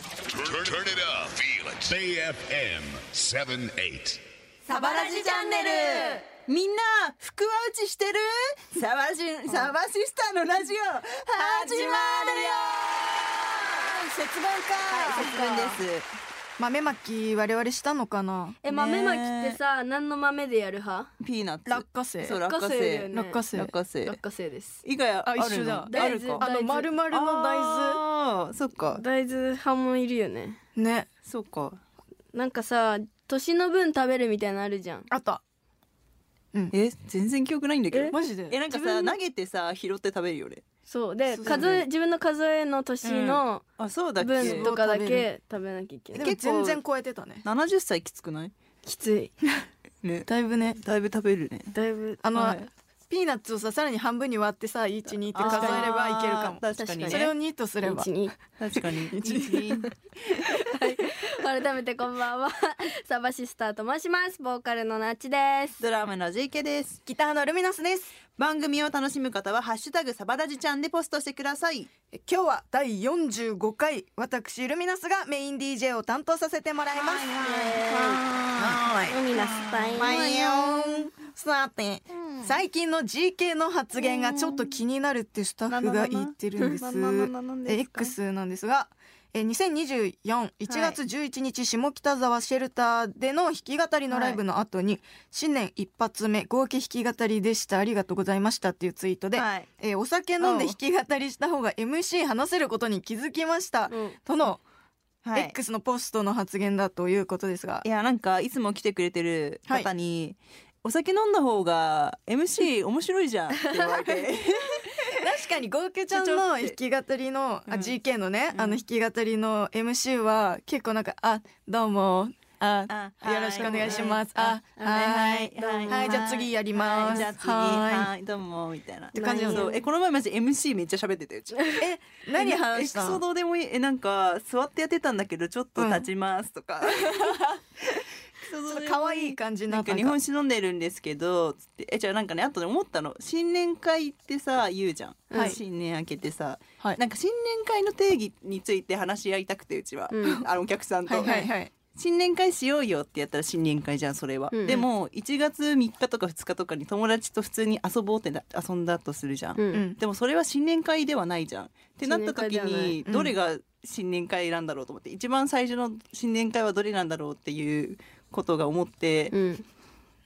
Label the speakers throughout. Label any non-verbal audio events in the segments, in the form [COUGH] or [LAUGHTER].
Speaker 1: Turn, turn it up. Feel it. AFM 78.
Speaker 2: サバラジチャンネルみんな福は内してるサバジサバシスターのラジオ始まるよ節分か
Speaker 3: はい
Speaker 2: 節分です
Speaker 3: 豆まき我々したのかな
Speaker 4: え豆まきってさ何の豆でやる派
Speaker 2: ピーナッツ
Speaker 3: 落花生
Speaker 2: そう
Speaker 4: 落
Speaker 2: 落
Speaker 4: 花
Speaker 2: 花
Speaker 4: 生だ
Speaker 2: 生
Speaker 4: よね
Speaker 3: 落花生
Speaker 2: 落花生
Speaker 4: 落花生です
Speaker 2: 以外あるの
Speaker 3: 一緒だ
Speaker 2: ある
Speaker 4: 大
Speaker 2: か
Speaker 4: 豆
Speaker 3: あの丸々の大
Speaker 2: 豆そっか
Speaker 4: 大豆派もいるよね
Speaker 3: 豆ね
Speaker 2: そっか
Speaker 4: なんかさ年の分食べるみたいなのあるじゃん
Speaker 3: あった
Speaker 2: え全然記憶ないんだけど
Speaker 3: マジで
Speaker 2: えなんかさ投げてさ拾って食べるよね
Speaker 4: そうで
Speaker 3: そうだね
Speaker 4: 数え自分の数えの年の
Speaker 2: あそうだっけ
Speaker 4: 分とかだけ食べなきゃいけ
Speaker 3: で
Speaker 4: な
Speaker 3: も
Speaker 4: い
Speaker 2: 結構
Speaker 3: 全然超えてたね
Speaker 2: 70歳きつくない
Speaker 4: きつい
Speaker 2: ね
Speaker 3: だいぶね
Speaker 2: だいぶ食べるね
Speaker 4: だいぶ
Speaker 3: あの、
Speaker 2: はい
Speaker 3: ピーナッツをささらに半分に割ってさ12って数えればいけるかも
Speaker 2: あー確かにね
Speaker 3: それを2とすれば
Speaker 4: 一に
Speaker 2: 確か [LAUGHS] に
Speaker 4: 改めてこんばんは [LAUGHS] サバシスターと申しますボーカルのなっちです
Speaker 2: ドラムの JK です
Speaker 3: ギターのルミナスです
Speaker 2: 番組を楽しむ方はハッシュタグサバラジちゃんでポストしてください
Speaker 3: え今日は第45回私ルミナスがメイン DJ を担当させてもらいますはい
Speaker 4: 海なスタイ
Speaker 3: ま
Speaker 4: ン
Speaker 3: いよんさ [LAUGHS] て、最近の GK の発言がちょっと気になるってスタッフが言ってるんです。え X なんですが、え2024 1月11日下北沢シェルターでの弾き語りのライブの後に、新年一発目合計弾き語りでしたありがとうございましたっていうツイートで、
Speaker 2: はい
Speaker 3: えーお酒飲んで
Speaker 2: おう
Speaker 3: 弾き語りした方が MC 話せることに気づきました、
Speaker 4: うん
Speaker 3: との
Speaker 2: はい、
Speaker 3: X のポストの発言だということですが
Speaker 2: い、やなんかいつも来てくれてる方に、お酒飲んだ方が MC 面白いじゃんって言われて
Speaker 3: [LAUGHS] 確かに号泣ちゃんの弾き語りの、あ GK のね、あの弾き語りの MC は結構なんか「あどうも」あ
Speaker 2: あ
Speaker 3: よろしくお願いします。
Speaker 2: はい
Speaker 3: あ、は
Speaker 2: はい
Speaker 3: い、
Speaker 2: は
Speaker 3: はいい、はいじゃあ次やります。
Speaker 2: じゃあ次
Speaker 3: は
Speaker 2: はいいどうもみたいなって
Speaker 3: 感じなの
Speaker 2: そうえこの前マジ MC めっちゃ喋ってたようち
Speaker 3: [LAUGHS] え、何話した
Speaker 2: えクソ
Speaker 3: の？
Speaker 2: どうでもいいえなんか座ってやってたんだけどちょっと立ちますと
Speaker 3: [LAUGHS]
Speaker 2: か、
Speaker 3: ちょっと可愛い感じに
Speaker 2: な
Speaker 3: なんっ
Speaker 2: か
Speaker 3: た
Speaker 2: 日本酒飲んでるんですけどつってえじゃあなんかねあとで思ったの新年会ってさ言うじゃん、
Speaker 3: はい
Speaker 2: 新年明けてさ、
Speaker 3: はい
Speaker 2: なんか新年会の定義について話し合いたくてうちは、
Speaker 4: うん
Speaker 2: [LAUGHS] あのお客さんと、
Speaker 3: はいはいはい。
Speaker 2: 新年会しようよってやったら新年会じゃんそれは、
Speaker 4: うん
Speaker 2: でも1月3日とか2日とかに友達と普通に遊ぼうってな遊んだとするじゃん、
Speaker 4: う
Speaker 3: うんん。
Speaker 2: でもそれは新年会ではないじゃんってなった時
Speaker 4: 新年会ではない
Speaker 2: に
Speaker 3: うん
Speaker 2: どれが新年会なんだろうと思って、一番最初の新年会はどれなんだろうっていうことが思って、
Speaker 4: うん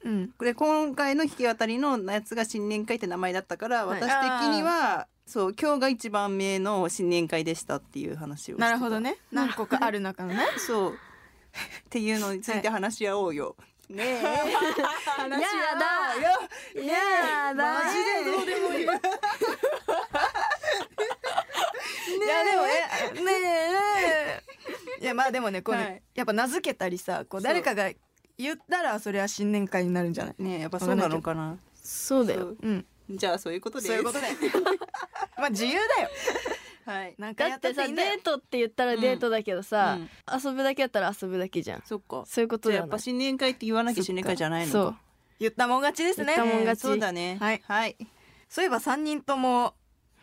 Speaker 3: うん。
Speaker 2: これ今回の弾き語りのやつが新年会って名前だったから、
Speaker 4: はい
Speaker 2: 私的にはそう今日が一番目の新年会でしたっていう話をしてた
Speaker 3: なるほどね。何個かある中のね。
Speaker 2: そうっていうのについて話し合おうよ、ね [LAUGHS] え
Speaker 4: や
Speaker 2: 話
Speaker 4: だやだ
Speaker 3: [LAUGHS] マジでどうで [LAUGHS] もいい。いやでもね、ねえ。いやまあでもね、こうね、
Speaker 2: はい
Speaker 3: やっぱ名付けたりさ、こう
Speaker 2: そう
Speaker 3: 誰かが言ったらそれは新年会になるんじゃない？
Speaker 2: ねえやっぱそうなのかな
Speaker 4: そうだ
Speaker 2: そ
Speaker 4: よ
Speaker 2: う
Speaker 3: うん。
Speaker 2: じゃあそういうことです
Speaker 3: そういうことで。 [LAUGHS] まあ自由だよ。
Speaker 2: はい
Speaker 3: なんか
Speaker 4: だ
Speaker 3: や
Speaker 4: っ
Speaker 3: った
Speaker 4: て
Speaker 3: って
Speaker 4: さ
Speaker 3: いい
Speaker 4: デ
Speaker 3: んだよ
Speaker 4: ー。トって言ったらデートだけどさ、遊ぶだけだったら遊ぶだけじゃん
Speaker 2: そっか
Speaker 4: そういうこと
Speaker 2: じゃ
Speaker 4: だ
Speaker 2: あ
Speaker 4: よ
Speaker 2: やっぱ新年会って言わなきゃ新年会じゃないのか
Speaker 4: そう
Speaker 3: 言ったもん勝ちです
Speaker 4: 言
Speaker 3: ね。
Speaker 4: ったもん勝ち
Speaker 2: そうだね
Speaker 3: はい
Speaker 2: はい
Speaker 3: そういえば3人とも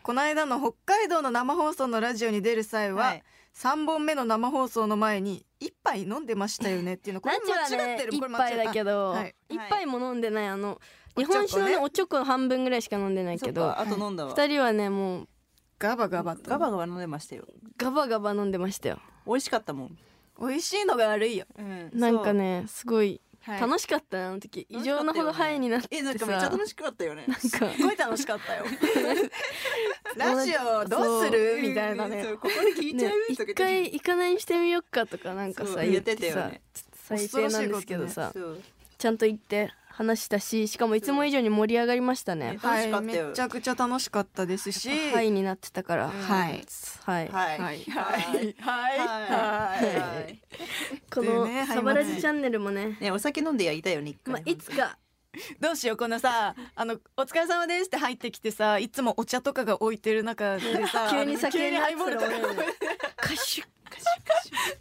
Speaker 3: この間の北海道の生放送のラジオに出る際は、
Speaker 2: はい
Speaker 3: 3本目の生放送の前に一杯飲んでましたよねっていうのこれ
Speaker 4: ナチは
Speaker 3: 間違って
Speaker 4: ね
Speaker 3: る、
Speaker 4: 一
Speaker 3: これ間違
Speaker 4: 杯だけど
Speaker 3: はい
Speaker 4: 一杯も飲んでないあの日本酒の
Speaker 3: おちょこね
Speaker 4: ねおちょこ半分ぐらいしか飲んでない
Speaker 2: そ
Speaker 4: け
Speaker 2: っ
Speaker 4: ど
Speaker 2: かあと飲んだわ
Speaker 4: 二人はねもう
Speaker 3: ガバガバと
Speaker 2: ガバガバ飲んでましたよ
Speaker 4: ガバガバ飲んでましたよ
Speaker 2: 美味しかったもん
Speaker 3: 美味しいのが悪いよ、
Speaker 2: うん
Speaker 4: なんかねすごい
Speaker 3: はい
Speaker 4: 楽しかったねあの時異常なほどハイになって
Speaker 2: えなん
Speaker 4: さ
Speaker 2: かめっちゃ楽しかったよね
Speaker 4: なんか
Speaker 3: すごい楽しかっ
Speaker 2: [LAUGHS]
Speaker 3: たよラジオどうするみたいなね
Speaker 2: そうここで聞いちゃ
Speaker 4: ね
Speaker 2: うと
Speaker 4: 一
Speaker 2: か言
Speaker 4: 回
Speaker 2: って
Speaker 4: 行かないにしてみよっかとかなんか
Speaker 2: そ
Speaker 4: さ
Speaker 2: う
Speaker 4: 言っ
Speaker 2: 言
Speaker 4: て
Speaker 2: ってたよ
Speaker 4: さ
Speaker 2: ね
Speaker 4: ちょっと最低なんですけどさ
Speaker 2: そう
Speaker 4: ちゃんと行って話したししかもいつも以上に盛り上がりましたね
Speaker 2: 楽
Speaker 3: は
Speaker 2: しか
Speaker 3: い
Speaker 2: ったよ
Speaker 3: めちゃくちゃ楽しかったですし
Speaker 4: ハイになってたから
Speaker 3: はい
Speaker 4: は
Speaker 2: はい
Speaker 4: い
Speaker 3: はいはいは
Speaker 2: は
Speaker 3: い
Speaker 2: い
Speaker 3: は
Speaker 2: はい
Speaker 4: こ
Speaker 3: という
Speaker 4: の
Speaker 3: ね
Speaker 4: サバラジチャンネルもね、
Speaker 2: ねお酒飲んでやりたいよね一回
Speaker 4: まあ、いつか
Speaker 3: どうしようこのさあの「お疲れ様です」って入ってきてさいつもお茶とかが置いてる中でさ
Speaker 4: [LAUGHS] 急に酒
Speaker 3: 急
Speaker 4: に
Speaker 3: に
Speaker 4: 入
Speaker 3: ハ
Speaker 4: っ
Speaker 3: イボー
Speaker 4: て
Speaker 3: ル
Speaker 4: た
Speaker 3: と
Speaker 4: ら
Speaker 3: か
Speaker 4: 俺らねカシュッカシュッカシュ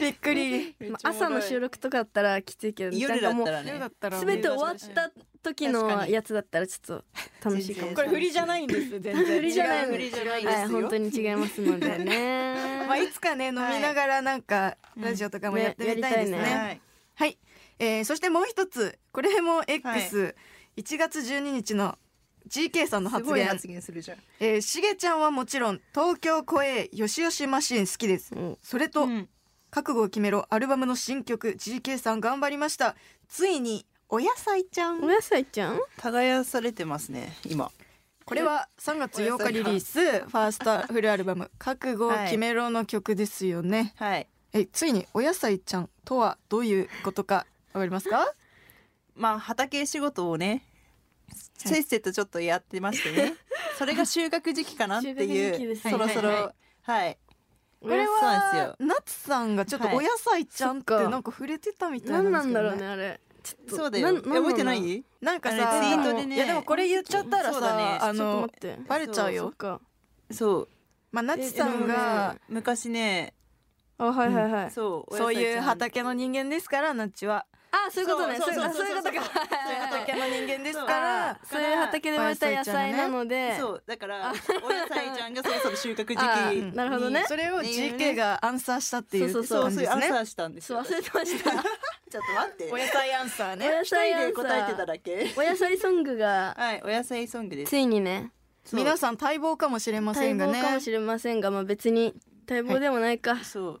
Speaker 3: びっくり
Speaker 2: めっちゃおもろい
Speaker 4: まあ朝の収録とかだったらきついけど
Speaker 2: 夜だ
Speaker 4: なんか
Speaker 2: っ
Speaker 4: も
Speaker 2: た
Speaker 4: う
Speaker 2: ら
Speaker 3: 夜
Speaker 2: ね
Speaker 3: だったら
Speaker 4: 全て終わった時のやつだったらちょっと楽しいかも
Speaker 3: これ振りじゃないんです全然
Speaker 4: [LAUGHS] 振りじゃない
Speaker 3: 違う振りじゃないで
Speaker 4: はい
Speaker 3: すよ
Speaker 4: 本当に違いますのでね
Speaker 3: まあいつかね飲みながらなんかラジオとかもやってみたいですね,、
Speaker 4: ねやりたいね
Speaker 3: はい、えーそしてもう一つこれも X1 月12日の GK さんの
Speaker 2: す
Speaker 3: 発
Speaker 2: ごい
Speaker 3: 言
Speaker 2: 発言するじゃん
Speaker 3: えーしげちゃんはもちろん東京声よしよしマシン好きです、
Speaker 4: うん
Speaker 3: それと、
Speaker 2: うん
Speaker 3: 覚悟を決めろアルバムの新曲 GK さん頑張りましたついにお野菜ちゃん
Speaker 4: お野菜ちゃん
Speaker 2: 耕されてますね今
Speaker 3: これは3月8日リリースファーストフルアルバム「覚悟を決めろ」の曲ですよね、
Speaker 2: はい
Speaker 3: えついにお野菜ちゃんとはどういうことかわかりますか
Speaker 2: まあ畑仕事をねせっせとちょっとやってましてねそれが収穫時期かなって
Speaker 4: 収穫時期
Speaker 2: い
Speaker 4: で
Speaker 2: う
Speaker 4: す
Speaker 2: そ
Speaker 4: ね
Speaker 2: ろそろ
Speaker 4: はいはい
Speaker 2: はい
Speaker 4: これ
Speaker 2: そうなんですよ
Speaker 3: 夏さんがちょっと
Speaker 2: はい
Speaker 3: お野菜ちゃんって
Speaker 4: そっか
Speaker 3: なんか触れてたみたい
Speaker 4: 何な
Speaker 3: な
Speaker 4: ん
Speaker 3: です
Speaker 4: ん
Speaker 3: け
Speaker 4: だ
Speaker 3: ど、ね、
Speaker 4: ろうねあれちょっと
Speaker 2: そうだよ
Speaker 4: なんなんだろ
Speaker 2: 覚えてない
Speaker 3: なんか
Speaker 2: あ
Speaker 3: さ
Speaker 2: れツイート
Speaker 4: で
Speaker 2: ね
Speaker 3: いやでもこれ言っちゃったら
Speaker 2: そ
Speaker 3: さ、
Speaker 2: うだね
Speaker 3: あ
Speaker 4: ちょっと
Speaker 3: の
Speaker 4: 待って
Speaker 3: バレちゃう
Speaker 4: そ
Speaker 3: よ
Speaker 4: っか
Speaker 2: そう
Speaker 3: まあ、なちさんが
Speaker 2: 昔ね
Speaker 4: あはいはいはい
Speaker 2: そう
Speaker 3: そういう
Speaker 2: 畑
Speaker 3: 畑の人間ですからなちは
Speaker 4: あそういうことねそういうことそういうことか
Speaker 3: そういう畑の人間ですか
Speaker 4: あ
Speaker 3: ら
Speaker 4: ーそういう畑で植えた野菜なので
Speaker 2: そうだからお野菜ちゃんがそろ
Speaker 4: [LAUGHS]
Speaker 2: そろ収穫時
Speaker 4: あ
Speaker 2: 期に
Speaker 4: なるほどね
Speaker 3: それを GK がアンサーしたっていう
Speaker 4: そう
Speaker 3: 感じ
Speaker 4: そう
Speaker 2: そう
Speaker 3: です
Speaker 2: そう
Speaker 3: ね
Speaker 2: いうアンサーしたんです
Speaker 4: そう
Speaker 2: よ
Speaker 4: 忘れてました
Speaker 2: ちょっと待って
Speaker 3: お野菜アンサーね
Speaker 4: お野
Speaker 2: 一人
Speaker 4: 菜アンサー
Speaker 2: で答えてただけ
Speaker 4: [LAUGHS] お野菜ソングが
Speaker 2: はいお野菜ソングです
Speaker 4: ついにね
Speaker 2: そう
Speaker 3: 皆さん待望かもしれませ
Speaker 4: 待
Speaker 3: んが
Speaker 4: 望かも
Speaker 3: ね
Speaker 4: しれませんがまあ別に待望でもないか
Speaker 2: そう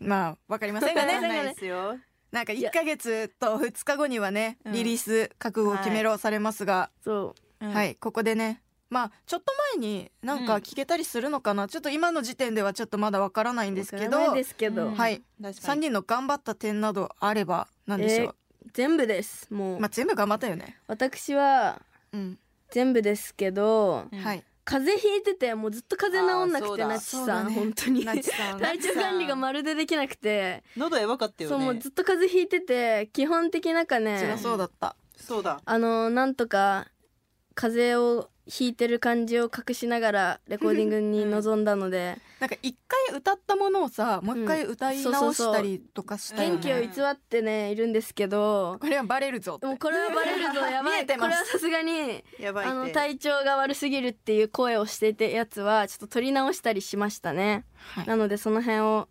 Speaker 3: まあわかりません
Speaker 2: わ
Speaker 3: が
Speaker 2: かん
Speaker 3: ね
Speaker 2: ないですよ
Speaker 3: なんか1ヶ月と2日後にはね
Speaker 2: うん
Speaker 3: リリース覚悟を決めろされますが、
Speaker 4: そう
Speaker 2: うん
Speaker 3: はいここでねまあちょっと前になんか聞けたりするのかな、ちょっと今の時点ではちょっとまだわからないんですけ
Speaker 4: わか
Speaker 3: ど
Speaker 4: らないですけ
Speaker 2: う
Speaker 4: ど、
Speaker 2: ん
Speaker 3: はい
Speaker 2: 確か
Speaker 3: 3
Speaker 2: に
Speaker 3: 人の頑張った点などあれば何でしょう、
Speaker 4: 全部ですもう、
Speaker 3: まあ全部頑張ったよね
Speaker 4: 私は
Speaker 3: うん、
Speaker 4: 全部ですけど、
Speaker 2: うん [LAUGHS]
Speaker 3: はい
Speaker 4: 風邪ひいててもうずっと風邪治んな
Speaker 2: あーそ
Speaker 4: く
Speaker 2: う
Speaker 4: て
Speaker 2: だ
Speaker 4: なちさん、
Speaker 3: そうだね
Speaker 4: 本当に
Speaker 3: なちさん
Speaker 4: 体調管理がまるでできなくて、
Speaker 2: 喉やばかったよね
Speaker 4: そうもうずっと風邪ひいてて基本的なんか
Speaker 3: そりゃ
Speaker 4: ね
Speaker 3: そうだった、
Speaker 2: そうだ
Speaker 4: あのなんとか風邪をひいてる感じを隠しながらレコーディングに臨んだので、
Speaker 3: なんか一回歌ったものをさもう一回歌い直したりとかしたよね、
Speaker 4: 元気を偽ってねいるんですけど
Speaker 3: これはバレるぞって
Speaker 4: でもこれはバレるぞやば
Speaker 3: 見
Speaker 4: い
Speaker 3: えて
Speaker 4: こ
Speaker 3: ます
Speaker 4: れはさすがに
Speaker 2: やばい
Speaker 4: あ
Speaker 2: っ
Speaker 4: の
Speaker 2: て
Speaker 4: 体調が悪すぎるっていう声をしていたやつはちょっと取り直したりしましたね、
Speaker 3: はい
Speaker 4: なのでその辺を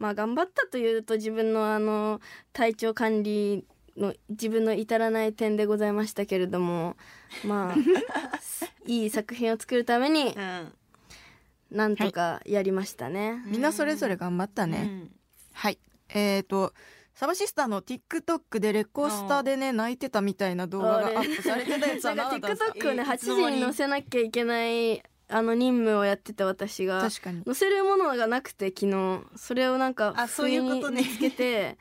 Speaker 4: まあ頑張ったというと自分のあの体調管理の自分の至らない点でございましたけれどもまあ
Speaker 2: [LAUGHS]
Speaker 4: すいい作品を作るために
Speaker 2: うん
Speaker 4: なんとかやりましたね、
Speaker 3: みんなそれぞれ頑張ったね、
Speaker 2: うん
Speaker 3: はいえー、とサバシスターの TikTok でレコスタでね泣いてたみたいな動画がア
Speaker 4: あれ
Speaker 3: ップされてたやつ
Speaker 4: [LAUGHS] な
Speaker 3: は
Speaker 4: んか
Speaker 3: 何だったんです
Speaker 4: TikTok をね
Speaker 2: い
Speaker 4: 8
Speaker 2: つの間
Speaker 4: 時
Speaker 2: に
Speaker 4: に載せなきゃいけないあの任務をやってた私が
Speaker 3: か確かに
Speaker 4: 載せるものがなくて昨日それをなんか
Speaker 2: あそういうことね
Speaker 4: 不意に見つけ
Speaker 3: [LAUGHS]
Speaker 4: て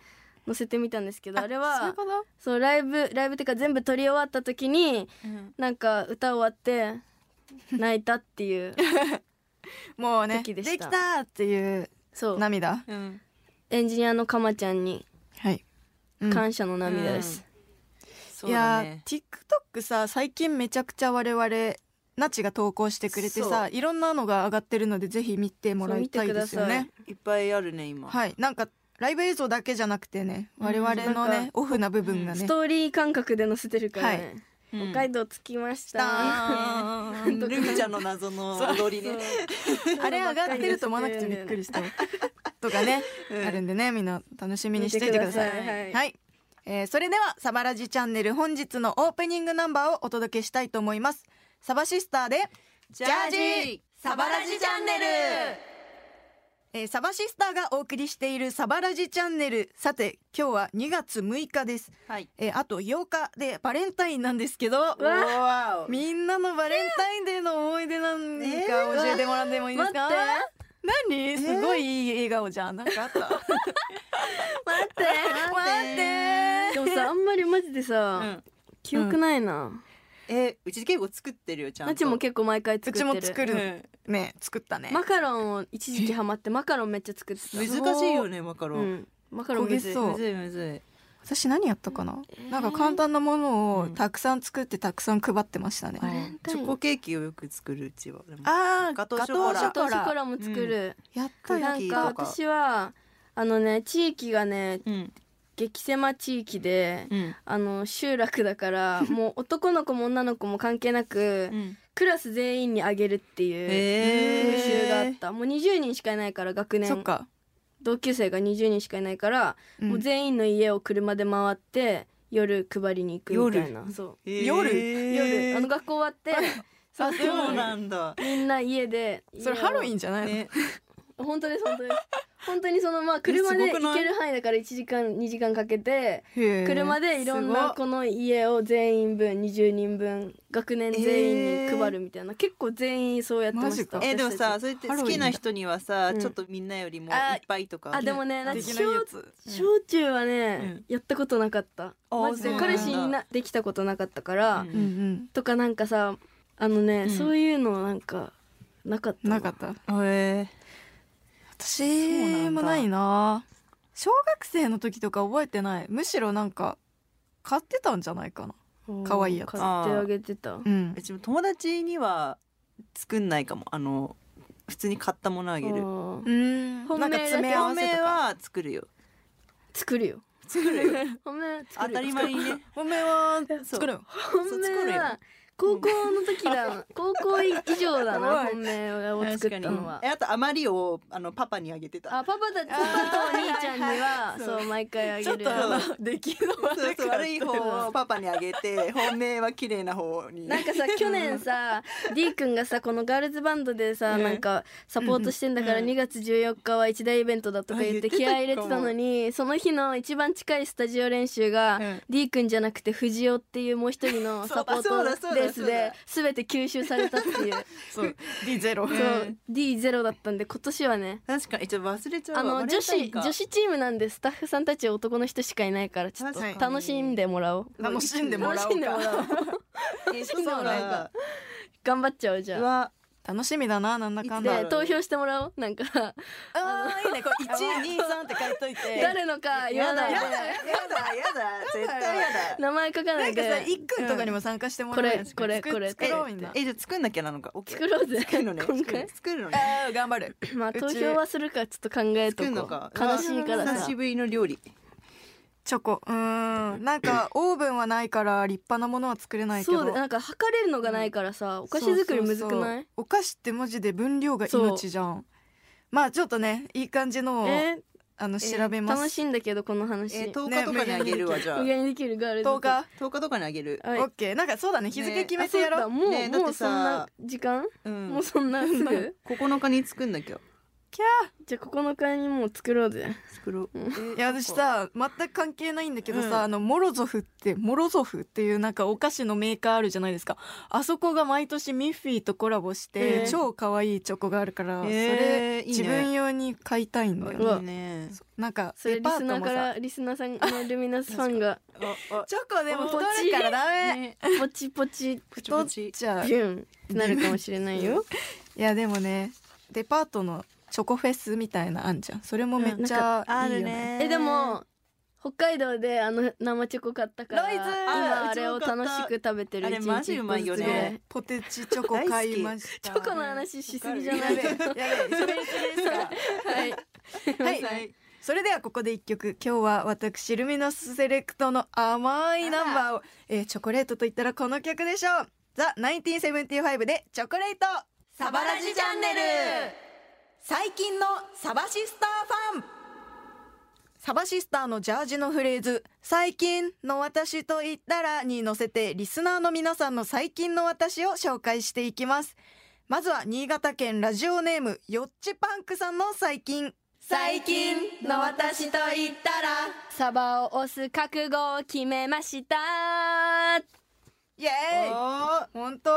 Speaker 4: 載せてみたんですけどあれ
Speaker 3: そういう
Speaker 4: は
Speaker 3: こと
Speaker 4: そうライブライブっていうか全部撮り終わった時に
Speaker 2: うん
Speaker 4: なんか歌終わって泣いたっていう
Speaker 3: [LAUGHS] もうねで
Speaker 4: 時でした
Speaker 3: きたっていう
Speaker 4: そう
Speaker 3: 涙
Speaker 2: うん
Speaker 4: エンジニアのかまちゃんに
Speaker 3: はい、うん
Speaker 4: 感謝の涙です、
Speaker 2: そ
Speaker 3: いうや
Speaker 2: だ
Speaker 3: ー
Speaker 2: ね
Speaker 3: TikTok さ最近めちゃくちゃ我々ナチが投稿してくれてさいろんなのが上がってるのでぜひ見てもらいたいですよ
Speaker 4: そう見
Speaker 3: ね
Speaker 4: て
Speaker 2: いっぱいあるね今
Speaker 3: はいなんかライブ映像だけじゃなくてね我々の
Speaker 4: なん
Speaker 3: ね
Speaker 4: か
Speaker 3: オフな部分が
Speaker 4: ス
Speaker 3: ね
Speaker 4: トーリー感覚で載せてるから
Speaker 3: は
Speaker 4: ね、
Speaker 2: うん
Speaker 4: 北海道着きました
Speaker 3: あー
Speaker 2: ルミちゃんの謎の踊りね
Speaker 3: あれ上がってると思わなくてびっくりしたとかね
Speaker 2: うん
Speaker 3: あるんでねみんな楽しみにしていてください
Speaker 4: 見てくださいはい
Speaker 3: はいえーそれではサバラジチャンネル本日のオープニングナンバーをお届けしたいと思いますサバシスターで
Speaker 2: ジ
Speaker 3: サバラジチャンネルえーサバシスターがお送りしているサバラジチャンネルさて今日は2月6日です
Speaker 2: はい
Speaker 3: えーあと8日でバレンタインなんですけど
Speaker 2: わお
Speaker 3: みんなのバレンタインデーの思い出なんか教えてもらってもいいですか、
Speaker 4: 待
Speaker 3: 何 [LAUGHS] すごいいい笑顔じゃんなんかあった待
Speaker 4: 待って
Speaker 3: って
Speaker 4: でもさあんまりマジでさ、
Speaker 2: うん
Speaker 4: 記憶ないな、
Speaker 2: えうち結構作ってるよちゃんと
Speaker 4: なちも結構毎回作
Speaker 3: う
Speaker 4: って
Speaker 3: ち
Speaker 4: る
Speaker 3: も作る、
Speaker 2: うん
Speaker 3: [LAUGHS] ね作ったね、
Speaker 4: マカロンを一時期ハマってマカロンめっちゃ作ってた
Speaker 2: 難しいよねマカロ
Speaker 4: う
Speaker 2: ン
Speaker 4: ん、マカロンむずい
Speaker 3: 焦げそう
Speaker 2: むずいむず
Speaker 3: 私何やったかな、なんか簡単なものをたくさん作ってたくさん配ってましたね、
Speaker 4: バレン
Speaker 2: い
Speaker 4: タ
Speaker 2: チ
Speaker 4: イン
Speaker 2: ョコケーキをよく作るうちはでも
Speaker 3: あー
Speaker 2: ガトーショコラ
Speaker 3: ガトー
Speaker 4: とシ
Speaker 3: ショコ
Speaker 4: ョコ
Speaker 3: ラ
Speaker 4: ラも作る、
Speaker 3: やった
Speaker 4: な
Speaker 2: ク
Speaker 3: よ
Speaker 2: ッキ
Speaker 4: ん
Speaker 2: ー
Speaker 4: か
Speaker 2: とか
Speaker 4: 私はあのね地域がね
Speaker 2: うん
Speaker 4: 激狭地域で、
Speaker 2: うん
Speaker 4: あの集落だから [LAUGHS] もう男の子も女の子も関係なく、
Speaker 2: うん
Speaker 4: クラス全員にあげるっていう
Speaker 2: へー
Speaker 4: 風習があった、もう20人しかいないから学
Speaker 3: そっ
Speaker 4: 年
Speaker 3: か、
Speaker 4: 同級生が20人しかいないから、
Speaker 3: うん
Speaker 4: もう全員の家を車で回って夜配りに行くみたいなそう
Speaker 3: 夜
Speaker 4: 夜あの学校終わって [LAUGHS]
Speaker 2: あそうなんだ
Speaker 4: みんな家で
Speaker 3: それハロウィンじゃないの、
Speaker 2: ね
Speaker 4: 本当です本当です本当にそのまあ車
Speaker 2: え
Speaker 4: です
Speaker 2: ごくない
Speaker 4: 行ける範囲だから1時間2時間かけて
Speaker 3: へー
Speaker 4: 車でいろんな
Speaker 3: す
Speaker 4: こ
Speaker 3: ご
Speaker 4: の家を全員分20人分学年全員に配るみたいな結構全員そうやってました
Speaker 3: マジか
Speaker 2: えでも
Speaker 4: 私
Speaker 2: さ
Speaker 4: たち
Speaker 2: それって
Speaker 3: ハロウ
Speaker 2: 好
Speaker 3: ィンだ
Speaker 2: きな人にはさ、
Speaker 4: うん
Speaker 2: ちょっとみんなよりもいっ
Speaker 4: あ
Speaker 2: ぱいとか
Speaker 4: あでもねなん
Speaker 3: で
Speaker 4: か
Speaker 3: き
Speaker 4: 小
Speaker 3: ないやつ
Speaker 4: 小中はねやったことなかった
Speaker 2: あ
Speaker 4: マジ
Speaker 2: そうな
Speaker 4: で
Speaker 2: んだ
Speaker 4: 彼氏になできたことなかったから
Speaker 2: うん
Speaker 3: うん
Speaker 4: とかなんかさあのね
Speaker 2: ん
Speaker 4: そういうのなんかなかっ
Speaker 3: う
Speaker 4: た
Speaker 3: ん
Speaker 4: な
Speaker 3: なかった
Speaker 2: へえ
Speaker 3: 私もない
Speaker 2: そう
Speaker 3: な小学生の時とか覚えてないむしろなんか買ってたんじゃないかな
Speaker 4: うん
Speaker 3: 可愛いやつ
Speaker 4: 買ってあげてた
Speaker 3: うん
Speaker 2: うちも友達には作んないかもあの普通に買ったものあげる
Speaker 4: うん
Speaker 3: うん
Speaker 4: 本
Speaker 3: な
Speaker 4: 命
Speaker 3: んか詰め合
Speaker 2: 本
Speaker 3: わせ
Speaker 2: 命
Speaker 3: とか
Speaker 2: は作るよ
Speaker 4: 作るよ
Speaker 2: 作るよ
Speaker 4: 本命は
Speaker 2: 当
Speaker 4: 作るよ
Speaker 2: たり前にね
Speaker 3: 本命は
Speaker 2: そう
Speaker 3: 作るの
Speaker 4: 本
Speaker 2: 作る
Speaker 4: 命
Speaker 2: よ
Speaker 4: は高校の時だな高校以上
Speaker 3: [LAUGHS]
Speaker 4: だな
Speaker 3: す
Speaker 4: 本命を作ったのは
Speaker 2: えあと余りをあのパパにあげてた
Speaker 4: あパパたちパパとお兄ちゃんには
Speaker 3: そう
Speaker 4: そう毎回あげ
Speaker 3: ちょっ
Speaker 4: る
Speaker 3: とあの出来の
Speaker 2: そう
Speaker 3: 悪
Speaker 2: そう
Speaker 3: く
Speaker 2: 悪い方をパパにあげて本命は綺麗な方に
Speaker 4: [LAUGHS] なんかさ去
Speaker 2: [LAUGHS]
Speaker 4: 年さ D 君がさこのガールズバンドでさ、
Speaker 2: うん
Speaker 4: なんかサポートしてんだから
Speaker 2: うん
Speaker 4: 2月14日は一大イベントだとか言って
Speaker 2: あ言ってた
Speaker 4: 気合い入れてたのにその日の一番近いスタジオ練習が、
Speaker 2: うん
Speaker 4: D 君じゃなくて藤尾っていうもう一人のサポ
Speaker 2: [LAUGHS]
Speaker 4: ー
Speaker 2: そ
Speaker 4: ト
Speaker 2: う
Speaker 4: レ
Speaker 2: だそうだ
Speaker 4: ー
Speaker 2: そ
Speaker 4: ス
Speaker 2: うだ
Speaker 4: で全て吸収されたっ
Speaker 2: [LAUGHS]
Speaker 4: ていう
Speaker 3: そう D ゼロ
Speaker 4: そう D0 だったんで今年はね
Speaker 2: 確かにちょっと忘れちゃう
Speaker 4: あ
Speaker 2: わ
Speaker 4: の女子
Speaker 2: バレンタインか
Speaker 4: 女子チームなんでスタッフさんたち男の人しかいないからちょっと
Speaker 2: 確かに
Speaker 4: 楽しんでもらおう
Speaker 3: 楽しんでもらお
Speaker 4: 楽し
Speaker 3: うん
Speaker 4: でも
Speaker 3: から
Speaker 4: おう
Speaker 2: えそうだ
Speaker 4: 頑張っちゃおうじゃあ
Speaker 2: は
Speaker 3: 楽しみだななんだかんだ
Speaker 4: で投票してもらおうなんか
Speaker 3: あーいいねこれ一二三って書いと
Speaker 4: [LAUGHS]
Speaker 3: いて
Speaker 4: 誰のか言わないで
Speaker 2: やだやだやだ絶対やだ
Speaker 4: 名前書かな
Speaker 3: ないんかさ
Speaker 4: で
Speaker 3: 一君とかにも参加してもらえる
Speaker 4: これこれこれ
Speaker 3: 作ろうみんな
Speaker 2: えじゃあ作んなきゃなのかオッケー
Speaker 4: [LAUGHS] 作ろうぜ
Speaker 2: 作るのね
Speaker 4: 今回
Speaker 2: 作るのね
Speaker 3: えー頑
Speaker 4: [COUGHS]
Speaker 3: 張る
Speaker 4: まあ
Speaker 3: うち
Speaker 4: 投票はするかちょっと考えと
Speaker 2: 作るの
Speaker 4: こ
Speaker 2: か
Speaker 4: う悲しいから
Speaker 2: 久
Speaker 4: さ
Speaker 2: しぶりの料理
Speaker 3: チョコうーんなんかオーブンはないから立派なものは作れないけど
Speaker 4: そうだなんか測れるのがないからさお
Speaker 3: お
Speaker 4: 菓子作りむずくない
Speaker 3: お菓子ってマジで分量が命じゃんまあちょっとねいい感じのを、
Speaker 4: え
Speaker 3: あの
Speaker 4: ー
Speaker 3: 調べます、
Speaker 4: 楽しいんだけどこの
Speaker 2: え
Speaker 4: 話
Speaker 2: 10日とかにあげるわじゃあ
Speaker 4: 無限にできるガールズ
Speaker 3: 10日
Speaker 2: 10日とかにあげる
Speaker 4: はい
Speaker 3: オッケーなんかそうだね日付
Speaker 2: ね
Speaker 3: 決めてやろ
Speaker 4: あ
Speaker 3: う,、
Speaker 4: そうだもう、
Speaker 2: ねだ
Speaker 4: も
Speaker 2: って
Speaker 4: う
Speaker 2: さ
Speaker 4: そんな時間、
Speaker 2: うん
Speaker 4: もうそんなす
Speaker 3: [LAUGHS]
Speaker 4: ぐ
Speaker 2: 9日に作んなきゃ
Speaker 3: キャ
Speaker 4: じゃあ9日にもう作ろうぜ
Speaker 2: 作ろう
Speaker 3: ーいや私さ全く関係ないんだけどさ、
Speaker 2: うん
Speaker 3: あのモロゾフってモロゾフっていうなんかお菓子のメーカーあるじゃないですかあそこが毎年ミッフィーとコラボして、
Speaker 4: えー
Speaker 3: 超可愛いチョコがあるから、
Speaker 2: えーいいね
Speaker 3: それ自分用に買いたいんだよ、
Speaker 4: うわ
Speaker 2: いいね
Speaker 3: なんか
Speaker 4: それ
Speaker 3: デ
Speaker 4: リ
Speaker 3: パー
Speaker 4: スナー
Speaker 3: トも
Speaker 4: か
Speaker 3: さ
Speaker 4: らリスナーさんあのルミナスファンが
Speaker 3: チョコでも太るからダメ、
Speaker 4: ポチポチ
Speaker 3: 太っちゃう
Speaker 4: ビュンってなるかもしれないよ
Speaker 3: いやでもねデパートのチョコフェスみたいなあんじゃんそれもめっちゃいいよね,、
Speaker 4: えでも北海道であの生チョコ買ったから
Speaker 2: ロイズ
Speaker 4: 今
Speaker 2: あ
Speaker 4: あれを
Speaker 2: うちも買
Speaker 4: 楽
Speaker 2: った
Speaker 4: しく食べてる
Speaker 2: あれ
Speaker 4: 一日
Speaker 2: マジうまいよ
Speaker 4: 一個ずつ
Speaker 2: ね
Speaker 4: で
Speaker 3: ポテチチョコ買いました
Speaker 4: チョコの話しすぎじゃな
Speaker 3: や
Speaker 4: い
Speaker 3: べえやべえ滑りすぎですか
Speaker 4: はい
Speaker 3: はいそれではここで一曲今日は私ルミノスセレクトの甘いナンバーを、えーチョコレートと言ったらこの曲でしょうザ・1975でチョコレート
Speaker 2: サバラジチャンネル
Speaker 3: 最近のサバシスターファンサバシスターのジャージのフレーズ「最近の私と言ったら」に乗せてリスナーの皆さんの最近の私を紹介していきますまずは新潟県ラジオネームよっちパンクさんの最近
Speaker 4: 最近の私と言ったらサバを押す覚悟を決めました
Speaker 3: イエーイ
Speaker 2: お
Speaker 3: 本当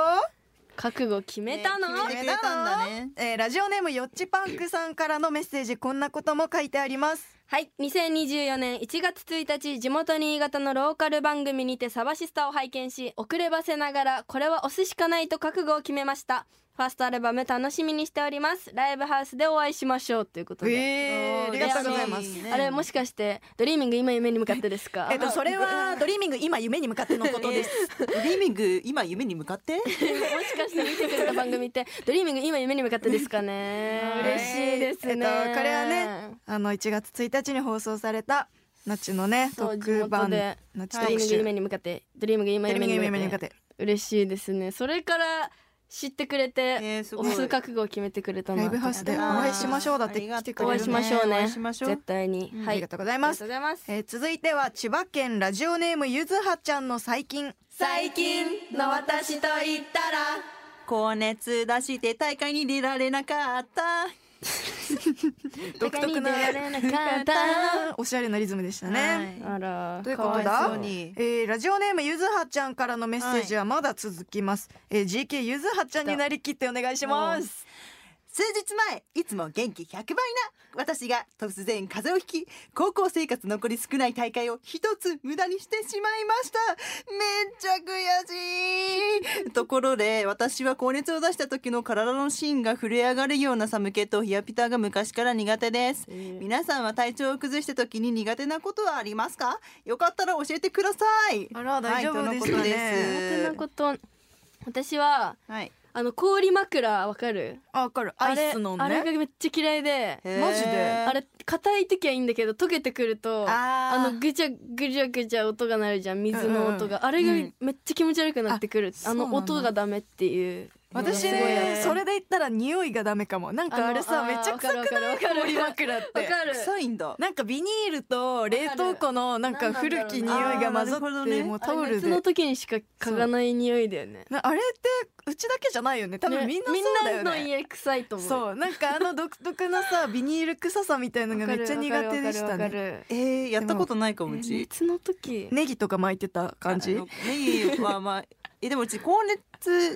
Speaker 4: 覚悟決めたの、
Speaker 2: ね決めてくれたんだね
Speaker 3: えーラジオネームよっちパンクさんからのメッセージこんなことも書いてあります
Speaker 4: はい2024年1月1日地元新潟のローカル番組にてサバシスタを拝見し遅ればせながらこれは押すしかないと覚悟を決めましたファーストアルバム楽しみにしておりますライブハウスでお会いしましょうということで、
Speaker 3: えー、ありがとうございます。
Speaker 2: ね
Speaker 4: あれもしかしてドリーミング今夢に向かってですか
Speaker 5: えっと、それはドリーミング今夢に向かってのことです。
Speaker 2: リーミング今夢に向か
Speaker 4: [LAUGHS]
Speaker 2: って
Speaker 4: もしかして見てくれた番組って「ドリーミング今夢に向かって」ですかね嬉しいですね、
Speaker 3: えっとこれはね [LAUGHS] あの1月1日に放送されたナチのね
Speaker 4: そう
Speaker 3: 特番
Speaker 4: 地元で
Speaker 3: ナチ
Speaker 4: ドリーミン
Speaker 3: 特
Speaker 4: グ
Speaker 3: 集。
Speaker 4: 夢に向かってドリーミング今
Speaker 3: テレビ
Speaker 4: 夢
Speaker 3: ゲーム夢
Speaker 4: に
Speaker 3: に
Speaker 4: 向
Speaker 3: 向
Speaker 4: か
Speaker 3: か
Speaker 4: っ
Speaker 3: ってて。
Speaker 4: 嬉しいですねそれから知ってくれて、
Speaker 2: ねすごい
Speaker 4: 押す覚悟を決めてくれたの
Speaker 3: ライ
Speaker 4: は
Speaker 3: ブハウスでお会いしましょうだって来てく
Speaker 4: お会い
Speaker 3: れる
Speaker 4: し
Speaker 3: ね
Speaker 4: ましょうね
Speaker 2: お会いしましょう
Speaker 4: 絶対に、
Speaker 3: うん
Speaker 4: は
Speaker 3: あ
Speaker 4: い
Speaker 3: りがとうございます
Speaker 4: ありがとうございます
Speaker 3: えー続いては千葉県ラジオネームゆずはちゃんの最近
Speaker 4: 最近の私と言ったら
Speaker 2: 高熱出して大会に出られなかった
Speaker 3: 独特な
Speaker 4: 出られなかった
Speaker 3: おしゃれなリズムでしたね、
Speaker 4: あら
Speaker 3: ということ
Speaker 4: かわい
Speaker 3: だ
Speaker 4: そうに
Speaker 2: に、
Speaker 3: えーラジオネームゆずはちゃんからのメッセージはまだ続きます、えー GK ゆずはちゃんになりきってお願いします
Speaker 2: 数日前いつも元気100倍な私が突然風邪をひき高校生活残り少ない大会を一つ無駄にしてしまいましためっちゃ悔しいところで私は高熱を出した時の体の芯が震え上がるような寒気とヒヤピタが昔から苦手です皆さんは体調を崩した時に苦手なことはありますかよかったら教えてください
Speaker 3: あら大丈夫
Speaker 2: はい
Speaker 3: で
Speaker 2: と
Speaker 3: す
Speaker 2: の
Speaker 3: か
Speaker 2: こと
Speaker 3: ね
Speaker 4: 苦手なこと私は
Speaker 2: はい
Speaker 4: あの氷枕わかる
Speaker 3: あわかるアイスの
Speaker 4: あれあれ
Speaker 3: ね
Speaker 4: がめっちゃ嫌いで
Speaker 2: へー
Speaker 3: マジで
Speaker 4: あれ硬い時はいいんだけど溶けてくると
Speaker 2: あー
Speaker 4: あのぐちゃぐちゃぐちゃ音が鳴るじゃん水の音が、あれがめっちゃ気持ち悪くなってくる、
Speaker 3: あ
Speaker 4: あ
Speaker 3: そう
Speaker 4: の
Speaker 3: なんだ
Speaker 4: 音がダメっていう
Speaker 3: 私
Speaker 4: すごい
Speaker 3: ねそれで言ったら匂いがダメかもなんかあれさ
Speaker 4: の
Speaker 3: めっちゃ臭くない
Speaker 4: わかるわかる
Speaker 3: 氷枕っ
Speaker 4: わ
Speaker 3: て
Speaker 4: かる
Speaker 2: 臭いんだ
Speaker 3: なんかビニールと冷凍庫のなんか古き匂いが混ざ
Speaker 2: なんだろ
Speaker 3: っ
Speaker 2: うね
Speaker 3: てもう
Speaker 4: あ
Speaker 3: タオ
Speaker 4: れ
Speaker 3: ル
Speaker 4: 熱
Speaker 3: で
Speaker 4: の時にしか嗅がない匂いだよね
Speaker 3: なあれってうちだけじゃないよね多分
Speaker 4: ね
Speaker 3: みんなそうだよ
Speaker 4: みんなの
Speaker 3: ね
Speaker 4: 家臭いと思う
Speaker 3: そうなんかあの独特なさビニール臭さみたいのがめっちゃ苦手でしたね
Speaker 4: ね
Speaker 2: えー、やったことないかもうち
Speaker 4: 熱の時
Speaker 3: ネギとか巻いてた感じ
Speaker 2: あのネギはまあえでもうち高熱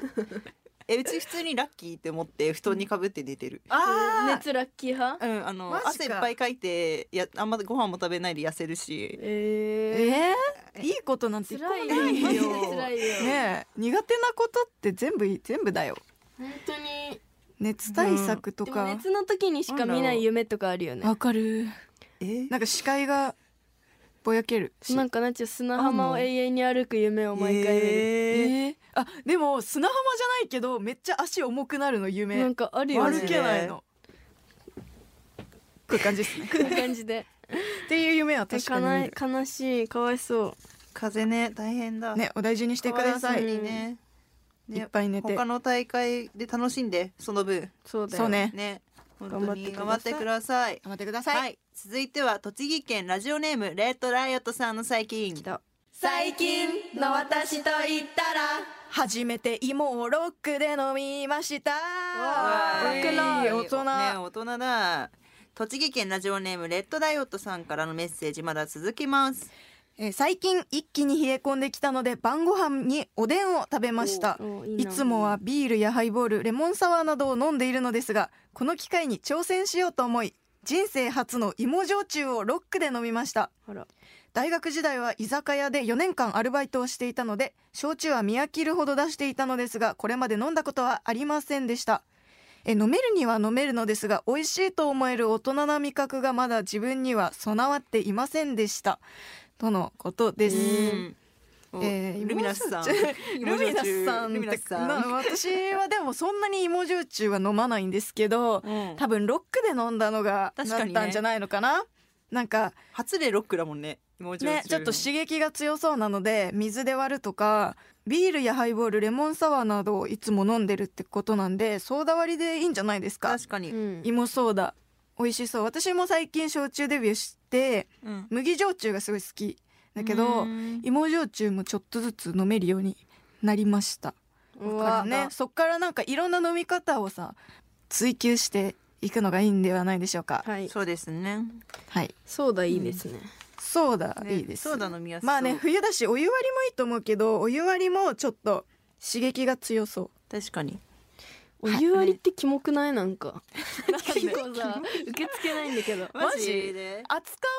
Speaker 2: [LAUGHS] えうち普通にラッキーって思って布団にかぶって寝てる。
Speaker 3: あ
Speaker 4: 熱ラッキー派
Speaker 2: うんあの
Speaker 3: マジか
Speaker 2: 汗いっぱいかいてやあんまご飯も食べないで痩せるし。
Speaker 3: ー
Speaker 4: え
Speaker 3: えー、いいことなん
Speaker 4: ー、
Speaker 3: て一個も
Speaker 4: 辛い
Speaker 3: な
Speaker 4: よ
Speaker 3: いよ
Speaker 4: [LAUGHS] 辛いよ、
Speaker 3: ねえ苦手なことって全部い全部だよ
Speaker 4: 本当に
Speaker 3: 熱対策と
Speaker 4: でも
Speaker 3: か
Speaker 4: 熱の時にしか見ない夢とかあるよね
Speaker 3: わかる
Speaker 2: え
Speaker 3: なんか視界がぼやけるし
Speaker 4: なんかなんちゅう砂浜を永遠に歩く夢を毎回見る、
Speaker 3: え
Speaker 2: えー
Speaker 3: ーあでも砂浜じゃないけどめっちゃ足重くなるの夢
Speaker 4: なんかあるよね
Speaker 3: 歩けないのこういう感じですね
Speaker 4: こんな感じで
Speaker 3: っていう夢は確か
Speaker 4: か
Speaker 3: に
Speaker 4: な
Speaker 3: 見
Speaker 4: い
Speaker 3: る
Speaker 4: 悲しいかわいそう
Speaker 2: 風邪ね大変だ。
Speaker 3: ねお大事にしてくだ
Speaker 2: かわ
Speaker 3: さ
Speaker 2: そう
Speaker 3: い
Speaker 2: にね。
Speaker 3: いっぱい寝て
Speaker 2: 他の大会で楽しんでその分
Speaker 4: そうだよ
Speaker 3: そうね
Speaker 2: ね本
Speaker 4: 頑張
Speaker 2: 当
Speaker 4: ってください
Speaker 2: に頑張ってください。
Speaker 3: 頑張ってくだ
Speaker 2: は
Speaker 3: さい
Speaker 2: い続いては栃木県ラジオネームレートライオットさんの最近。
Speaker 4: 最近の私と言ったら
Speaker 3: 初めて芋をロックで飲みました
Speaker 2: わー
Speaker 3: ロックない大人
Speaker 2: ね、大人だ栃木県ラジオネームレッドダイオットさんからのメッセージまだ続きます
Speaker 3: えー最近一気に冷え込んできたので晩ご飯におでんを食べました
Speaker 4: おおいい
Speaker 3: い
Speaker 4: な
Speaker 3: つもはビールやハイボールレモンサワーなどを飲んでいるのですがこの機会に挑戦しようと思い人生初の芋焼酎をロックで飲みました
Speaker 4: ほら
Speaker 3: 大学時代は居酒屋で4年間アルバイトをしていたので焼酎は見飽きるほど出していたのですがこれまで飲んだことはありませんでしたえ飲めるには飲めるのですが美味しいと思える大人な味覚がまだ自分には備わっていませんでしたとのことです、
Speaker 2: お
Speaker 3: えー
Speaker 2: ルミナスさん
Speaker 3: ルミナスさん
Speaker 2: ル
Speaker 3: っ
Speaker 2: ミナ
Speaker 3: て
Speaker 2: スさん
Speaker 3: な私はでもそんなに芋焼酎は飲まないんですけど
Speaker 2: うん
Speaker 3: 多分ロックで飲んだのがなっ
Speaker 2: 確かにね
Speaker 3: たんじゃないのかななんか
Speaker 2: 初でロックだもんねもうちょ
Speaker 3: ねちょっと刺激が強そうなので水で割るとかビールやハイボールレモンサワーなどをいつも飲んでるってことなんでソーダ割りでいいんじゃないですか
Speaker 2: 確かに、
Speaker 4: うん
Speaker 3: 芋ソーダ美味しそう私も最近焼酎デビューして
Speaker 2: うん
Speaker 3: 麦焼酎がすごい好きだけど
Speaker 2: うん
Speaker 3: 芋焼酎もちょっとずつ飲めるようになりました
Speaker 4: う
Speaker 3: だから
Speaker 4: わ
Speaker 3: ねそっからなんかいろんな飲み方をさ追求していくのがいいんではないでしょうか
Speaker 4: はい
Speaker 2: そうですね
Speaker 3: はい
Speaker 4: そうだいいですね、
Speaker 3: ソーダ
Speaker 2: ね
Speaker 3: いいです
Speaker 2: ソーダ飲みやすそう
Speaker 3: まあね冬だしお湯割りもいいと思うけどお湯割りもちょっと刺激が強そ
Speaker 2: 確かに
Speaker 4: お湯割りってキモくないなんか結構さ受け付けないんだけど
Speaker 2: マジで
Speaker 3: う熱感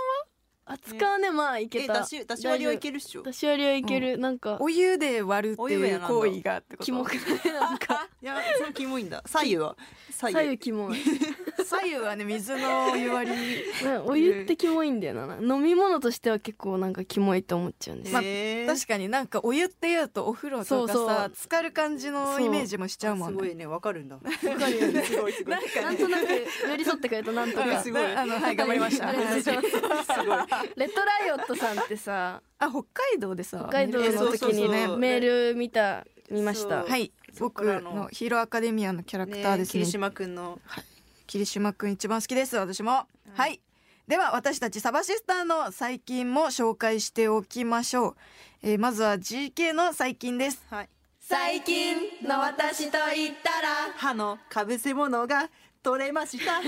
Speaker 4: 熱燗はねまあいけ
Speaker 2: え
Speaker 4: た
Speaker 2: 出し出し割りはいけるっしょ
Speaker 4: 出し割りはいける、なんか
Speaker 3: お湯で割るって
Speaker 2: お湯
Speaker 3: い
Speaker 2: やな
Speaker 3: う
Speaker 2: んだ
Speaker 3: 行為がってこと
Speaker 4: キモくないなんか
Speaker 2: いやそのキモいんだ左右 [LAUGHS]
Speaker 3: [LAUGHS]
Speaker 2: は左
Speaker 4: 左右キモい
Speaker 3: 左右はね水のお湯割り
Speaker 4: なんかお湯ってキモいんだよななんか飲み物としては結構なんかキモいと思っちゃうんですよ、
Speaker 2: へー
Speaker 3: 確かになんかお湯っていうとお風呂
Speaker 4: そ
Speaker 3: と
Speaker 4: う
Speaker 3: か
Speaker 4: そう
Speaker 3: さ浸かる感じのイメージもしちゃうも
Speaker 2: す
Speaker 3: ん
Speaker 2: ご
Speaker 3: ね
Speaker 2: いねわかるんだわかるよねすごいすごい
Speaker 4: なんとなく寄り添ってくれたなんと
Speaker 3: うん
Speaker 4: か
Speaker 3: すごいあのはい頑張り
Speaker 4: [LAUGHS]
Speaker 3: ました
Speaker 4: ありがとうございますレッドライオットさんってさ
Speaker 3: あ北海道でさ
Speaker 4: 北海道
Speaker 3: メール
Speaker 4: の時
Speaker 2: え
Speaker 4: に
Speaker 2: そうそうそう
Speaker 4: メール見た見ました
Speaker 2: そう
Speaker 3: はい
Speaker 2: そこ
Speaker 3: 僕
Speaker 2: からの
Speaker 3: のヒーローアカデミアのキャラクターですね
Speaker 2: 霧島くんの
Speaker 3: 霧島くん一番好きです私も、はいでは私たちサバシスターの最近も紹介しておきましょう、えーまずは GK の最近です
Speaker 2: はい
Speaker 5: 最近の私と言ったら
Speaker 2: 歯のかぶせ物が取れました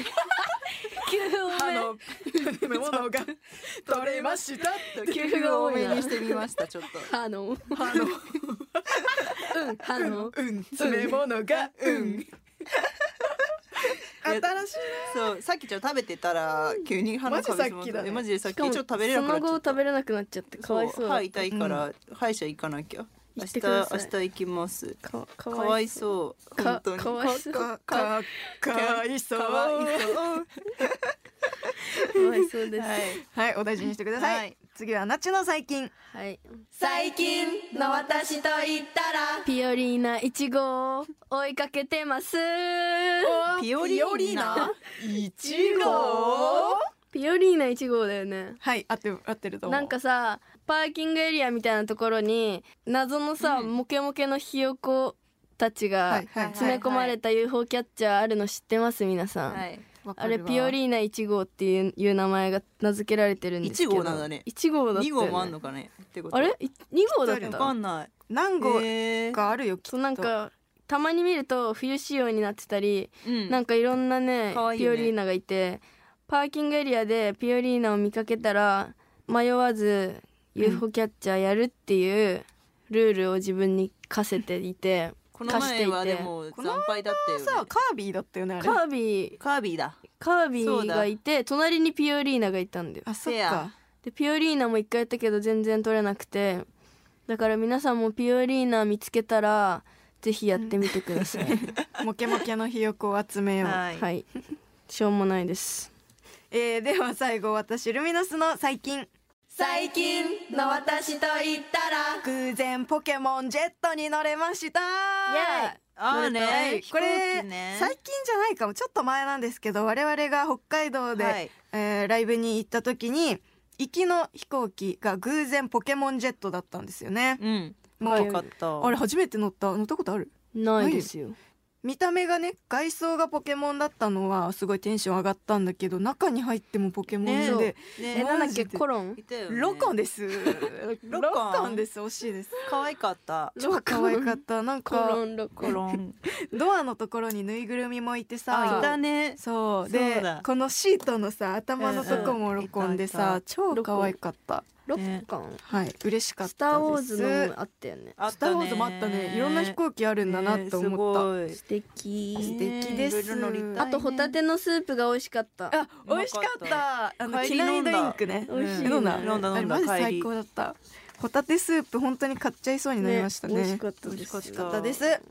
Speaker 2: 歯の被せ物が取れましたと給付を多めにしてみましたちょっと
Speaker 4: あのあのうんあの
Speaker 3: うん詰め物がうん [LAUGHS] 新しい
Speaker 2: そうさっきちょっと食べてたら急に歯のかぶせ
Speaker 3: マジさっ
Speaker 2: 物
Speaker 3: きだね
Speaker 2: えマジでさっ
Speaker 4: し
Speaker 2: きちょっと食べれなくなっ
Speaker 4: その
Speaker 2: ち
Speaker 4: 後
Speaker 2: ゃ
Speaker 4: 食
Speaker 2: っ
Speaker 4: べれなくなっちゃって
Speaker 2: た
Speaker 4: かわいそう
Speaker 2: 歯痛いから歯医者行かなきゃ明
Speaker 4: 行っ
Speaker 2: 日
Speaker 4: てくださ
Speaker 2: 明
Speaker 4: い
Speaker 2: 日行きます
Speaker 4: か
Speaker 2: か
Speaker 4: か
Speaker 2: わい
Speaker 4: わ
Speaker 2: そう
Speaker 4: か
Speaker 2: 本当に
Speaker 4: かわいそうか
Speaker 3: かかかわいそう
Speaker 2: かわいそう
Speaker 4: わいそうです
Speaker 3: はいお大事にしてください、
Speaker 2: はい
Speaker 3: 次はナチュの最近
Speaker 4: はい
Speaker 5: 最近の私と言ったら
Speaker 4: ピオリーナ1号を追いかけてます
Speaker 2: ピオリーナ
Speaker 3: いち
Speaker 4: ピオリーナ1号だよね
Speaker 3: はい合ってる合ってると思う
Speaker 4: なんかさパーキングエリアみたいなところに謎のさ、モケモケのひよこたち
Speaker 3: は
Speaker 4: が
Speaker 3: いはい
Speaker 4: 詰め込まれた UFO キャッチャーあるの知ってます皆さん、
Speaker 2: はい
Speaker 3: わか
Speaker 4: あ
Speaker 3: るわ
Speaker 4: れピオリーナ1号っていういう名前が名付けられてるんですけど
Speaker 2: 1号なんだね
Speaker 4: 1号だった
Speaker 2: 二
Speaker 4: よ、ね、
Speaker 2: 号もあんのかねってこと
Speaker 4: あれい2号だっ
Speaker 3: 知って
Speaker 2: わ
Speaker 4: た
Speaker 2: かんない
Speaker 3: 何号
Speaker 2: えー
Speaker 3: かあるよきっ
Speaker 4: そ
Speaker 3: と
Speaker 4: うなんかたまに見ると冬仕様になってたり、
Speaker 2: うん
Speaker 4: なんかいろんなね
Speaker 2: 可愛い
Speaker 4: ピ
Speaker 2: よ
Speaker 4: オ
Speaker 2: ね
Speaker 4: リーナがいてパーキングエリアでピオリーナを見かけたら迷わず UFO キャッチャーやるっていうルールを自分に課せていて
Speaker 2: この前は
Speaker 4: 貸して
Speaker 2: で
Speaker 4: いて
Speaker 2: も惨敗だったよ、ね、
Speaker 3: さカービィだったよねあれ
Speaker 4: カービィ
Speaker 2: カービィだ
Speaker 4: カービィがいて隣にピオリーナがいたんだよ
Speaker 3: あそっ
Speaker 2: せや
Speaker 3: か
Speaker 4: でピオリーナも一回やったけど全然取れなくてだから皆さんもピオリーナ見つけたらぜひやってみてください、
Speaker 3: モケモケのひよこを集めよう、
Speaker 2: はい
Speaker 4: はいしょうもないです
Speaker 3: えー、では最後私ルミナスの最近
Speaker 5: 最近の私と言ったら
Speaker 3: 偶然ポケモンジェットに乗れました
Speaker 4: イエイ
Speaker 2: あー
Speaker 3: はい
Speaker 2: ね
Speaker 3: これ、
Speaker 2: 飛行機ね
Speaker 3: 最近じゃないかもちょっと前なんですけど我々が北海道で、
Speaker 2: はい
Speaker 3: えーライブに行った時に行きの飛行機が偶然ポケモンジェットだったんですよね、
Speaker 2: うん
Speaker 3: もう
Speaker 2: よかった
Speaker 3: あれ初めて乗った乗ったことある
Speaker 4: ないですよ
Speaker 3: 見た目がね外装がポケモンだったのはすごいテンション上がったんだけど中に入ってもポケモン
Speaker 2: ね
Speaker 3: で、
Speaker 2: ね
Speaker 4: えなんだっけ
Speaker 3: マジで
Speaker 4: コロン
Speaker 2: いたよね
Speaker 3: ロコンです。ロ
Speaker 2: ロコン
Speaker 3: コンです。惜しいです。
Speaker 2: 可愛かった
Speaker 3: 超可愛かった。なん
Speaker 4: コロ
Speaker 3: か
Speaker 4: ンロコ
Speaker 2: コ
Speaker 4: ン
Speaker 2: ロン
Speaker 3: ドアのところにぬいぐるみもいて
Speaker 2: あ
Speaker 3: さ。
Speaker 2: いたね
Speaker 3: そ
Speaker 2: そ
Speaker 3: う
Speaker 2: う
Speaker 3: で
Speaker 2: だ
Speaker 3: このシートのさ頭のとこもロコンで
Speaker 2: うんう
Speaker 3: さ
Speaker 2: ん
Speaker 3: 超可愛かった。
Speaker 4: ロコン
Speaker 3: はい嬉しかったです。
Speaker 4: スター・ウォーズのあったよね
Speaker 2: あ
Speaker 3: スターウォーズもあったね。いろんな飛行機あるんだなと思った。
Speaker 2: ねす
Speaker 4: 素敵
Speaker 2: ごい
Speaker 3: 素敵です
Speaker 2: ねいろいろ乗りたいね
Speaker 4: あとホタテのスープが美味しかった
Speaker 3: あ美味しかった。あの
Speaker 2: 帰
Speaker 3: 機
Speaker 2: り飲
Speaker 3: 内
Speaker 2: ん
Speaker 3: ド
Speaker 2: だ
Speaker 3: リンクね。
Speaker 4: 美味しい
Speaker 3: 飲
Speaker 4: よ
Speaker 3: ん
Speaker 4: ね
Speaker 3: だ
Speaker 2: 飲んだ
Speaker 3: あれ
Speaker 2: 飲んだ
Speaker 3: マジ
Speaker 2: 帰り
Speaker 3: 最高だった。ホタテスープ本当に買っちゃいそうになりましたね。
Speaker 4: 美味しかった
Speaker 2: 美
Speaker 4: で
Speaker 2: 味しかっ
Speaker 4: す
Speaker 2: た
Speaker 3: よかったです。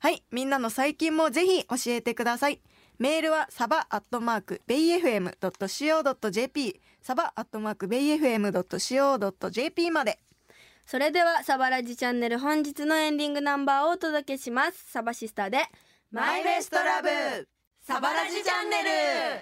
Speaker 3: はい、みんなの最近もぜひ教えてください。メールはサバアットマークベイ FM ドット CO ドット JP サバアットマークベイ FM ドット CO ドット JP まで。
Speaker 4: それではサバラジチャンネル本日のエンディングナンバーをお届けしますサバシスターで
Speaker 2: マイベストラブ
Speaker 5: サバラジチャンネル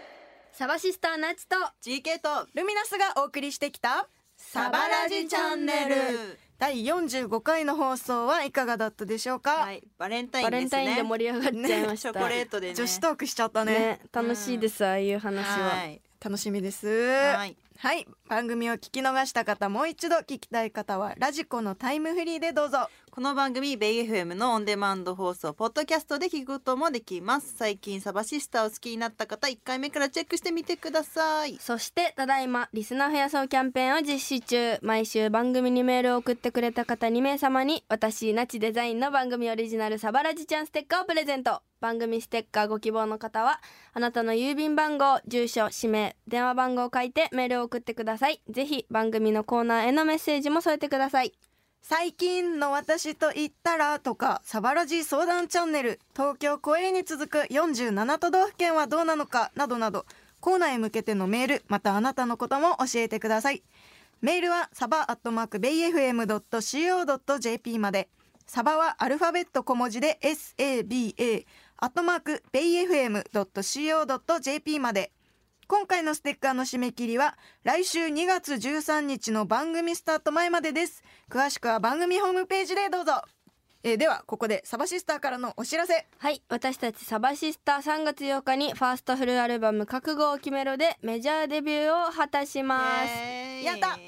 Speaker 4: サバシスターナチと
Speaker 2: GK と
Speaker 3: ルミナスがお送りしてきた
Speaker 2: サバラジチャンネル
Speaker 3: 第45回の放送はいかがだったでしょうか。
Speaker 2: はいバレンタイ
Speaker 4: バ
Speaker 2: ン
Speaker 4: レ
Speaker 2: で
Speaker 4: ン
Speaker 2: す
Speaker 4: タイン
Speaker 2: ね
Speaker 4: で盛り上がっちゃいま
Speaker 2: チ
Speaker 4: した、
Speaker 2: ョコレートでね
Speaker 3: 女子トークしちゃったね。
Speaker 4: ね楽しいですああいう話は、
Speaker 2: はい
Speaker 3: 楽しみです。
Speaker 2: はい
Speaker 3: はい、番組を聞き逃した方、もう一度聞きたい方はラジコのタイムフリーでどうぞ。
Speaker 2: この番組ベイ FM のオンデマンド放送ポッドキャストで聞くこともできます最近サバシスターを好きになった方1回目からチェックしてみてください
Speaker 4: そしてただいまリスナー増やそうキャンペーンを実施中毎週番組にメールを送ってくれた方2名様に私ナチデザインの番組オリジナルサバラジちゃんステッカーをプレゼント番組ステッカーご希望の方はあなたの郵便番号住所氏名電話番号を書いてメールを送ってくださいぜひ番組のコーナーへのメッセージも添えてください
Speaker 3: 最近の私と言ったらとかサバラジ相談チャンネル東京公営に続く47都道府県はどうなのかなどなどコーナーへ向けてのメールまたあなたのことも教えてくださいメールはサバアットマークベイ FM.co.jp までサバはアルファベット小文字で SABA アットマークベイ FM.co.jp まで今回のステッカーの締め切りは来週2月13日の番組スタート前までです詳しくは番組ホームページでどうぞ、えーではここでサバシスターからのお知らせ
Speaker 4: はい私たちサバシスター3月8日にファーストフルアルバム「覚悟を決めろ」でメジャーデビューを果たします
Speaker 3: やった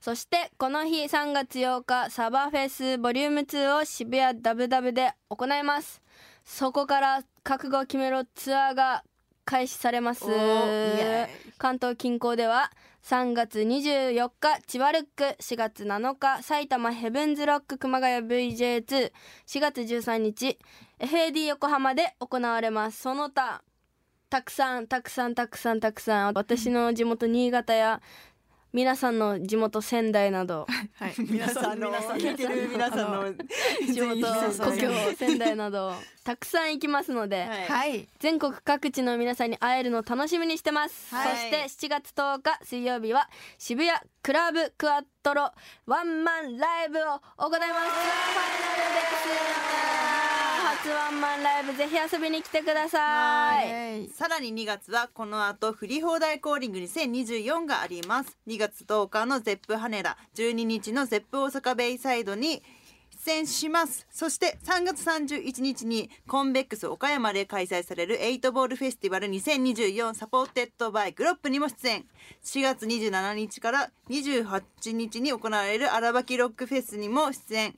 Speaker 4: そしてこの日3月8日サバフェスボリューム2を渋谷ダブダブで行いますそこから覚悟を決めろツアーが開始されます
Speaker 3: おーイエーイ
Speaker 4: 関東近郊では3月24日千葉ルック4月7日埼玉ヘブンズロック熊谷 VJ24 月13日 FAD 横浜で行われますその他たくさんたくさんたくさんたくさん私の地元新潟や皆さんの地元仙台な [LAUGHS] ど
Speaker 3: [LAUGHS] はい
Speaker 2: 皆さんの聞いてる皆さん [LAUGHS] の
Speaker 4: 地元故
Speaker 2: ぜひは
Speaker 4: 郷仙台な [LAUGHS] どたくさん行きますので、
Speaker 2: い
Speaker 3: はい
Speaker 4: 全国各地の皆さんに会えるのを楽しみにしてます、
Speaker 2: はい
Speaker 4: そして7月10日水曜日は渋谷クラブクアトロワンマンライブを行いますツアーファイナルです初ワンマンライブぜひ遊びに来てください
Speaker 3: はい
Speaker 2: さらに2月はこの後振り放題コーリング2024があります2月10日のゼップ羽田12日のゼップ大阪ベイサイドに出演しますそして3月31日にコンベックス岡山で開催されるエイトボールフェスティバル2024サポーテッドバイグロップにも出演4月27日から28日に行われる荒キロックフェスにも出演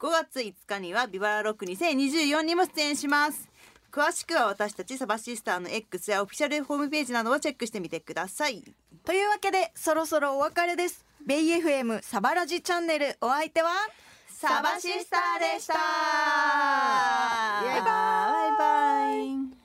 Speaker 2: 5月5日にはビバラロック2024にも出演します詳しくは私たちサバシスターの X やオフィシャルホームページなどをチェックしてみてください
Speaker 3: というわけでそろそろお別れですベイ FM サバラジチャンネルお相手は
Speaker 2: サバシスターでしたバイバイ